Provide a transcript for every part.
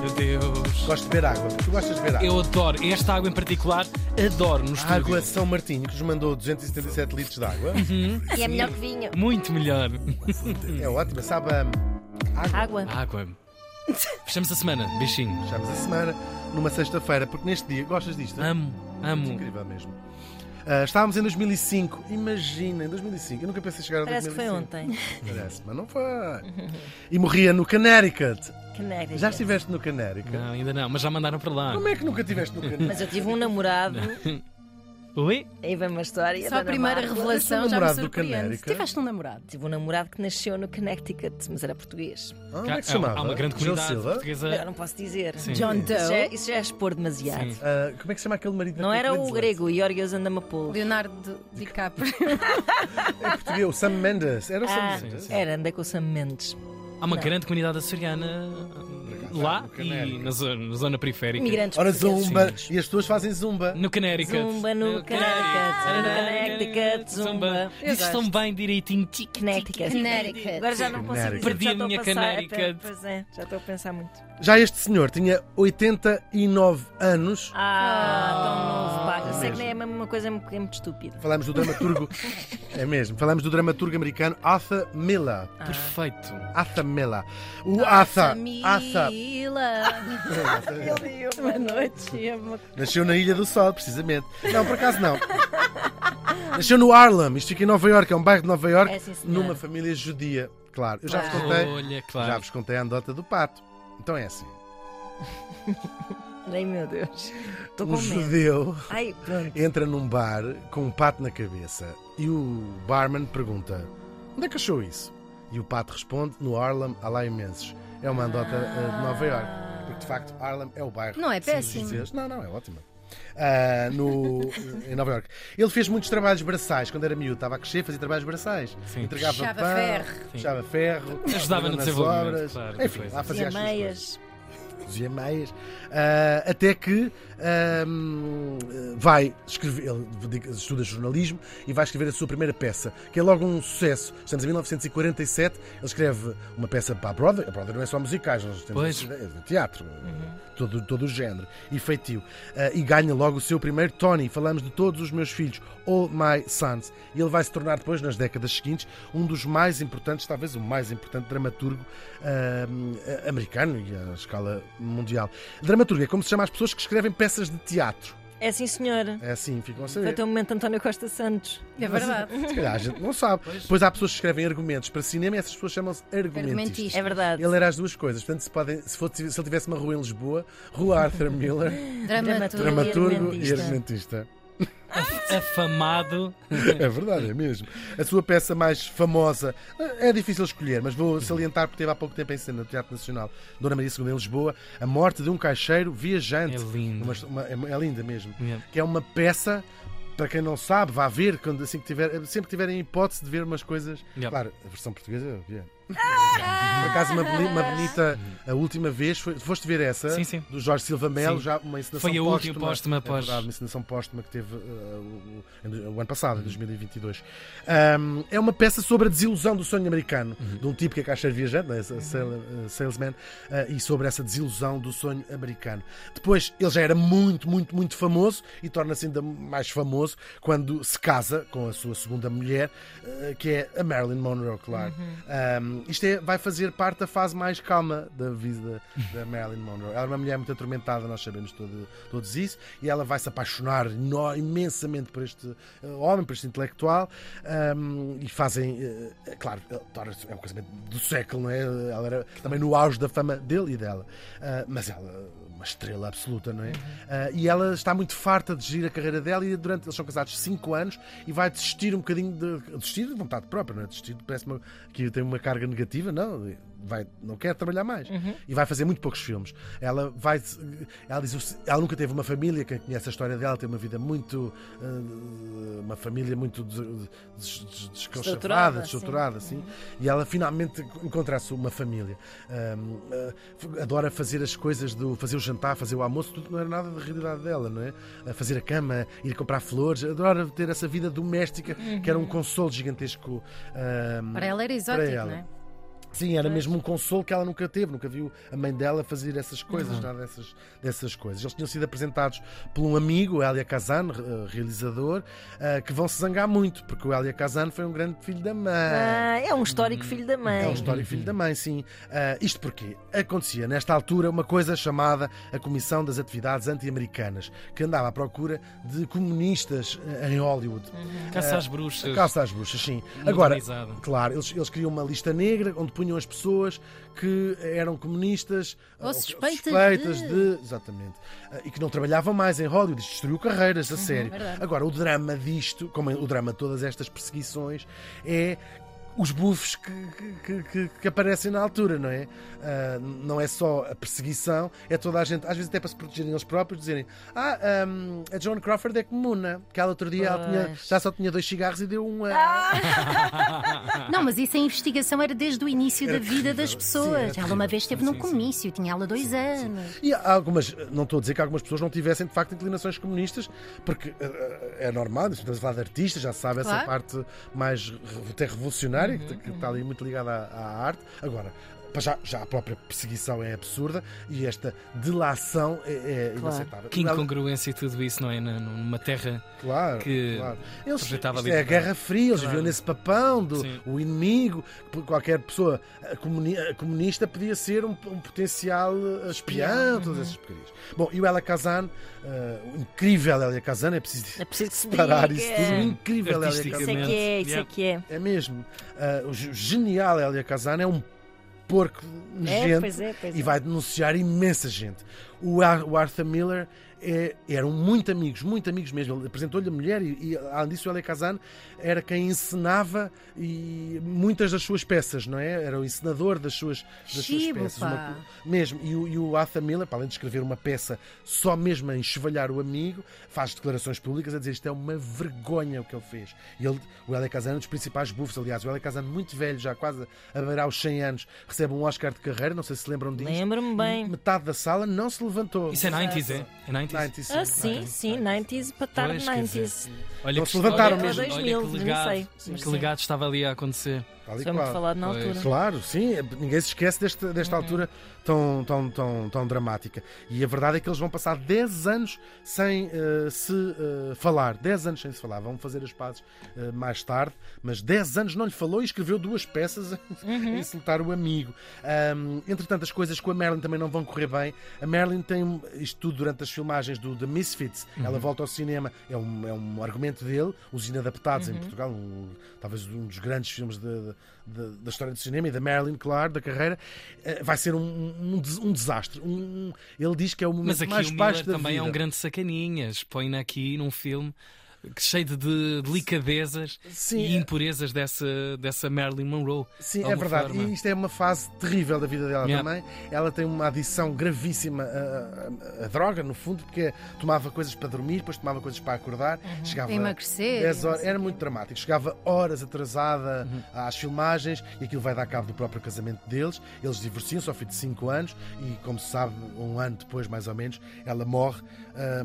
Meu Deus. Gosto de beber água. Tu gostas de beber água? Eu adoro, esta água em particular, adoro no A estúdio. Uhum. Água São Martinho, que nos mandou 277 litros de água. E é melhor que vinho. Muito melhor. é ótima, sabe a água. Água. Água. Fechamos a semana, beijinho. Fechamos a semana numa sexta-feira, porque neste dia, gostas disto? É Amo, amo. Incrível mesmo. Ah, estávamos em 2005, imagina, em 2005. Eu nunca pensei chegar a Parece 2005. que foi ontem. Parece, mas não foi. E morria no Connecticut. Que negra. Já estiveste no Connecticut? Não, ainda não, mas já mandaram para lá. Como é que nunca estiveste no Connecticut? Mas eu tive um namorado, é- Oi? aí vem uma história. Só a da primeira Ana Marta. revelação Mas já é namorado me do surpreende. Canérica? Tiveste um namorado. Tive um namorado que nasceu no Connecticut, mas era português. Ah, como é que se Há- chamava? Há uma grande João comunidade Silva? Eu portuguesa. não posso dizer. É. Sim. John Isso já, Doe. isso já é expor demasiado. Sim. Ah, como é que se chama aquele marido? Não daquele era o Queensland? grego, Iorios Andamapolo. Leonardo DiCaprio. Português, o Sam Mendes. Era o Sam Ah, Mendes. sim. era, andei com o Sam Mendes. Há uma grande comunidade açoriana acaso, é lá no e Canérica. na zona, na zona periférica. Imigrantes Ora, portugueses. zumba. E as pessoas fazem zumba. No Connecticut. Zumba no Connecticut, no Connecticut, zumba. Dizes tão bem direitinho. Tic, tic, Connecticut. Connecticut. Agora já não consigo Connecticut. dizer, Perdi já a estou minha passar Connecticut. até- Pois é, já estou a pensar muito. Já este senhor tinha 89 anos. Ah, tão novo, pá. Eu sei que nem é mesmo uma coisa muito- é muito estúpida. Falamos do dramaturgo. é mesmo. Falamos do dramaturgo americano Arthur Miller. Perfeito. Arthur Miller. O Arthur. Arthur. Camila. Boa noite. Nasceu na Ilha do Sol, precisamente. Não, por acaso não. Nasceu no Harlem, isto fica em Nova Iorque, é um bairro de Nova Iorque, É, sim, senhora. numa família judia. Claro, eu já vos Claro. contei. Olha, Já claro. vos contei a andota do pato. Então é assim. Ai, meu Deus. Estou Um com medo. judeu Ai, pronto. entra num bar com um pato na cabeça e o barman pergunta: Onde é que achou isso? E o pato responde: No Harlem há lá imensos. É uma andota ah, de Nova Iorque. Porque de facto Harlem é o bairro. Não é dos péssimo. judeus. Não, não, é ótimo. Ah, no, em Nova Iorque. Ele fez muitos trabalhos braçais quando era miúdo, estava a crescer, fazia trabalhos braçais. Sim. Entregava Puxava pão, ferro. puxava ferro, Ajudava no nas desenvolvimento, obras. claro, Enfim, coisas. assim. lá fazia Fazia as suas coisas meias. dizia meias, ah, até que ahm, vai escrever, ele dedica- estuda jornalismo e vai escrever a sua primeira peça, que é logo um sucesso. Estamos em 1947, ele escreve uma peça para a Broadway, a Broadway não é só musicais, nós Pois. temos é teatro, todo, todo o género, e feitio. Ah, e ganha logo o seu primeiro Tony, falamos de todos os meus filhos, All My Sons, e ele vai se tornar depois, nas décadas seguintes, um dos mais importantes, talvez o mais importante dramaturgo ahm, a- americano e à escala mundial. Dramaturgo é como se chama as pessoas que escrevem peças de teatro. É sim, senhora. É assim, ficam a Foi saber. até o momento de António Costa Santos. Então, É verdade. Se calhar a gente não sabe. Depois há pessoas que escrevem argumentos para cinema e essas pessoas chamam-se argumentistas. Argumentista. É verdade. Ele era as duas coisas. Portanto, se, podem, se, fosse- se ele tivesse uma rua em Lisboa, Rua Arthur Miller, Dramaturgo. Dramaturgo. dramaturgo e argumentista. argumentista. Afamado. É verdade, é mesmo. A sua peça mais famosa é difícil escolher, mas vou salientar porque teve há pouco tempo em cena no Teatro Nacional Dona Maria II em Lisboa, A Morte de um Caixeiro Viajante. É lindo. Uma- uma- é, é linda mesmo. É. Que é uma peça. Para quem não sabe, vá ver quando, assim que tiver, sempre que tiverem hipótese de ver umas coisas. Yeah. Claro, a versão portuguesa. eu via. Por acaso, uma, boni- uma bonita. A última vez, foi, foste ver essa? Ah! Sim, sim. Do Jorge Silva Melo, Sim. já uma encenação Foi a póstuma. última póstuma É após- verdade, uma encenação póstuma que teve uh, o, o- o ano passado, em Uhum. 2022. Um, é uma peça sobre a desilusão do sonho americano, Uhum. de um tipo que é caixeiro viajante, né, sa- sal- uh, salesman, uh, e sobre essa desilusão do sonho americano. Depois, ele já era muito, muito, muito famoso e torna-se ainda mais famoso quando se casa com a sua segunda mulher, uh, que é a Marilyn Monroe, claro. Uhum. Um, isto é- vai fazer parte da fase mais calma da vida da Marilyn Monroe. Ela é uma mulher muito atormentada, nós sabemos todo- todos isso, e ela vai se apaixonar ino- imensamente por este eh, homem, por este intelectual, um, e fazem, eh, é claro, eh, torna-se- é um casamento do século, não é? Ela era também no auge da fama dele e dela, Ah, mas ela uma estrela absoluta, não é? Ah, e ela está muito farta de gerir a carreira dela e durante eles são casados 5 anos e vai desistir um bocadinho de desistir de vontade própria, não é? Desistir parece me que tem uma carga negativa, não? Vai, não quer trabalhar mais e vai fazer muito poucos filmes. Ela vai, ela diz, o se- ela nunca teve uma família, quem conhece a história dela tem uma vida muito, ah, uma família muito des, des, des, desconservada, Estruturada, desestruturada, assim. E ela finalmente encontra-se uma família. Ahm, ah, f- adora fazer as coisas do fazer o jantar, fazer o almoço, tudo não era nada da realidade dela, não é? A fazer a cama, ir comprar flores, adora ter essa vida doméstica que era um consolo gigantesco ahm, Uhum. Para ela era para exótico, ela. não é? Sim, era mesmo um consolo que ela nunca teve, nunca viu a mãe dela fazer essas coisas, Uhum. nada dessas, dessas coisas. Eles tinham sido apresentados por um amigo, o Elia Kazan, re- eh, realizador, eh, que vão se zangar muito, porque o Elia Kazan foi um grande filho da mãe. Ah, é um histórico filho da mãe. É um histórico filho da mãe, sim. Ah, isto porque acontecia nesta altura uma coisa chamada a Comissão das Atividades Anti-Americanas, que andava à procura de comunistas eh, em Hollywood. Caça às bruxas. Calça às buchas, sim. Agora, Modernizado. claro, eles, eles criam uma lista negra onde punham as pessoas que eram comunistas Ou que- suspeitas suspeitas de- de- Exatamente. Ah, E que não trabalhavam mais em Hollywood. Isto destruiu carreiras, a sério. Uhum, verdade. Agora, o drama disto, como é o drama de todas estas perseguições, é. Os bufos que, que- que- que aparecem na altura, não é? Ah, não é só a perseguição, é toda a gente, às vezes até para se protegerem eles próprios, dizerem: Ah, ahm, a Joan Crawford é comuna, que ela outro dia ela tinha- Pois. já só tinha dois cigarros e deu um. a- Não, mas isso a investigação era desde o início da vida das Sim, era pessoas. ela uma vez esteve num sim. comício, tinha ela dois anos. E há algumas, não estou a dizer que algumas pessoas não tivessem de facto inclinações comunistas, porque eh, é normal, estamos a falar de artistas, já se sabe essa Claro. parte mais re- até revolucionária, que, que está ali muito ligada à, à arte. Agora, pá, já, já a própria perseguição é absurda e esta delação é, é inaceitável. Que Ela- incongruência tudo isso, não é? Na- Numa terra. Claro, que claro. Eles, projetava isto ali- é a Guerra Fria, eles Claro. viviam nesse papão do Sim. o inimigo. que Qualquer pessoa a comuni- a comunista podia ser um, um potencial eh, espião, uhum. todas essas porcarias. Bom, e o Elia Kazan, eh, o incrível Elia Kazan, é preciso É preciso que é. se separar diga. isso tudo. o Incrível Elia Artisticamente. Isso Kazan. é que é, isso é Yeah. que é. É mesmo. Eh, o ge- genial Elia Kazan é um porco nojento É, pois é, pois e é. vai denunciar imensa gente. O, Ar- o Arthur Miller é- eram muito amigos, muito amigos mesmo. Ele apresentou-lhe a mulher e, e além disso, o Elia Kazan era quem encenava e muitas das suas peças, não é? Era o encenador das suas, das suas Chibo, peças. pá. co- mesmo. E o, e o Arthur Miller, para além de escrever uma peça só mesmo a enchevalhar o amigo, faz declarações públicas a dizer isto é uma vergonha o que ele fez. E ele, o Elia Kazan é um dos principais bufos, aliás. O Elia Kazan, muito velho, já quase a beirar os 100 anos, recebe um Oscar de carreira, não sei se lembram disso. Lembro-me bem. Metade da sala não se levantou. Isso é 90s, é? É 90s. 90s. Ah, sim, sim, 90s, para tarde Pois, quer dizer, 90s. Olha Não que- se levantaram olha que- mesmo. olha que 2000, não legado- sei, mas Que sim. legado estava ali a acontecer. Tal e Foi é muito qual. falado na Pois. altura. Claro, sim, É, ninguém se esquece deste- desta altura tão, tão, tão, tão dramática. E a verdade é que eles vão passar 10 anos sem eh, se eh, falar. 10 anos sem se falar. Vão fazer as pazes eh, mais tarde, mas 10 anos não lhe falou e escreveu duas peças a insultar o amigo. Ahm, entretanto, as coisas com a Marilyn também não vão correr bem. A Marilyn tem um, isto tudo durante as filmagens do The Misfits. Uhum. Ela volta ao cinema, é um, é um argumento dele, Os Inadaptados Uhum. em Portugal, um- talvez um dos grandes filmes de- de- da história do cinema e da Marilyn, claro, da carreira. Eh, Vai ser um, um des- um desastre. Um- um- ele diz que é o momento Mas aqui mais o baixo Miller da também é vida. um grande sacaninhas. Põe-na aqui num filme que- cheio de- de delicadezas Sim, e é- impurezas dessa, dessa Marilyn Monroe. Sim, de é alguma verdade. forma. E isto é uma fase terrível da vida dela Yeah. também. Ela tem uma adição gravíssima a, a- a droga, no fundo, porque tomava coisas para dormir, depois tomava coisas para acordar, Uhum. chegava Para emagrecer, 10 horas. não sei Era muito dramático. Chegava horas atrasada às filmagens e aquilo vai dar cabo do próprio casamento deles. Eles divorciam-se ao fim de 5 anos e, como se sabe, um ano depois, mais ou menos, ela morre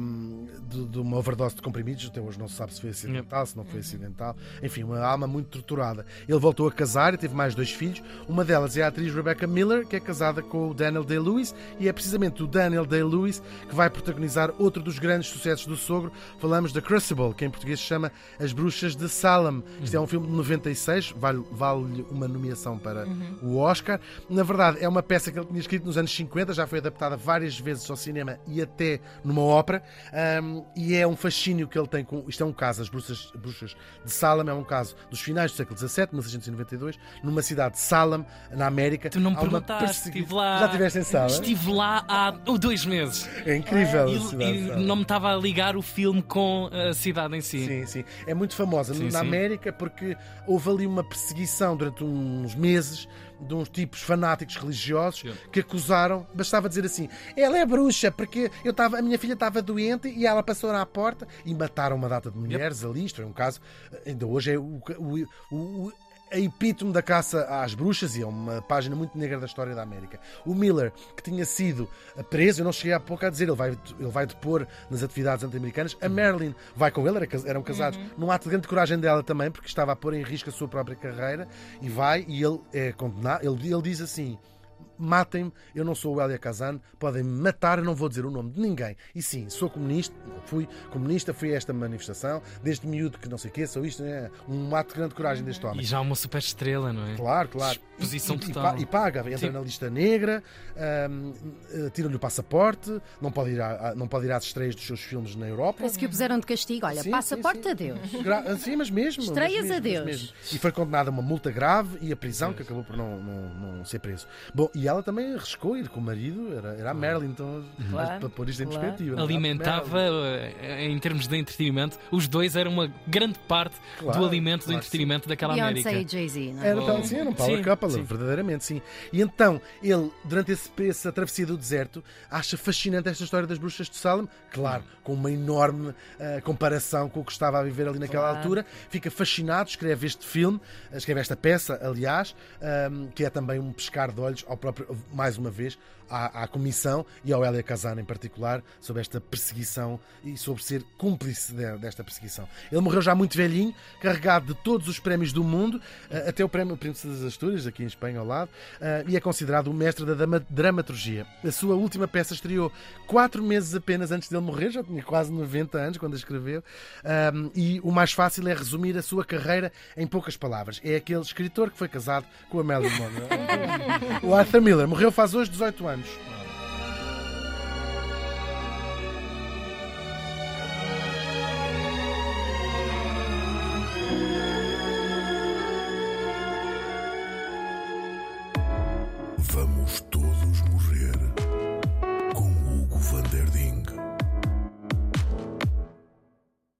hum, de, de uma overdose de comprimidos. Até hoje não se sabe se foi acidental Yeah. acidental, se não foi acidental. Enfim, uma alma muito torturada. Ele voltou a casar e teve mais dois filhos. Uma delas é a atriz Rebecca Miller, que é casada com o Daniel Day-Lewis, e é precisamente o Daniel Day-Lewis que vai protagonizar outro dos grandes sucessos do sogro. Falamos da Crucible, que em português se chama As Bruxas de Salem. Isto é um filme de 96, vale- vale-lhe uma nomeação para o Oscar. Na verdade, é uma peça que ele tinha escrito nos anos 50, já foi adaptada várias vezes ao cinema e até numa ópera. Ahm, e é um fascínio que ele tem com. Isto é um caso, as bruxas, bruxas de Salem é um caso dos finais do século XVII, 1692, numa cidade de Salem, na América. Tu não me Há uma perguntaste, persegui- estive lá. Já estiveste em Salem? Estive lá há oh, dois meses. É incrível. Ah, a E, cidade de e Salem. não me estava a ligar o filme com a cidade em si. Sim, sim. É muito famosa Sim, na sim. América porque houve ali uma perseguição durante uns meses de uns tipos fanáticos religiosos Sim. que acusaram, bastava dizer assim: ela é bruxa porque eu tava, a minha filha estava doente e ela passou na porta e mataram uma data de mulheres ali. Isto é um caso, ainda hoje é o. o- o- a epítome da caça às bruxas e é uma página muito negra da história da América. O Miller, que tinha sido preso, eu não cheguei há pouco a dizer, ele vai, ele vai depor nas atividades anti-americanas. A Marilyn vai com ele, era cas- eram casados, num ato de grande coragem dela também, porque estava a pôr em risco a sua própria carreira, e vai e ele é condenado. Ele, ele diz assim. Matem-me, eu não sou o Elia Kazan, podem-me matar, eu não vou dizer o nome de ninguém. E sim, sou comunista, fui comunista, fui a esta manifestação, desde miúdo que não sei o quê, sou isto, é um ato de grande coragem deste homem. E já há uma super estrela, não é? Claro, claro. Exposição e, e- e total. pa- E, paga, entra Sim. na lista negra, hum, eh, tira-lhe o passaporte, não pode, ir a- a- não pode ir às estreias dos seus filmes na Europa. Parece que o puseram de castigo. Olha, Sim, passaporte sim, sim. a Deus. Gra- ah, Sim, mas mesmo. mas Estreias mesmo, a mas Deus. mesmo. E foi condenada a uma multa grave e a prisão, que acabou por não, não, não ser preso. Bom, e ela também arriscou ir com o marido, era, era a Marilyn, então, mas para pôr isto em claro. perspectiva. não é? Alimentava, eh, em termos de entretenimento, os dois eram uma grande parte Claro, do alimento, do claro que entretenimento daquela América. Beyoncé e Jay-Z, não é? Era, Oh. tal- sim, era um power Sim, couple, sim. verdadeiramente, sim. E então, ele, durante esse, essa travessia do deserto, acha fascinante esta história das bruxas de Salem, claro, com uma enorme ah, comparação com o que estava a viver ali naquela altura. Fica fascinado, escreve este filme, eh, escreve esta peça, aliás, ahm, que é também um pescar de olhos ao próprio, mais uma vez, à, à Comissão e ao Elia Kazan em particular, sobre esta perseguição e sobre ser cúmplice de- desta perseguição. Ele morreu já muito velhinho, carregado de todos os prémios do mundo, eh, até o prémio Príncipe das Astúrias, aqui em Espanha ao lado, eh, e é considerado o mestre da dama- dramaturgia. A sua última peça estreou quatro meses apenas antes dele morrer, já tinha quase 90 anos quando a escreveu, ahm, e o mais fácil é resumir a sua carreira em poucas palavras. É aquele escritor que foi casado com a Marilyn Monroe. o Arthur Miller morreu faz hoje 18 anos. Vamos todos morrer.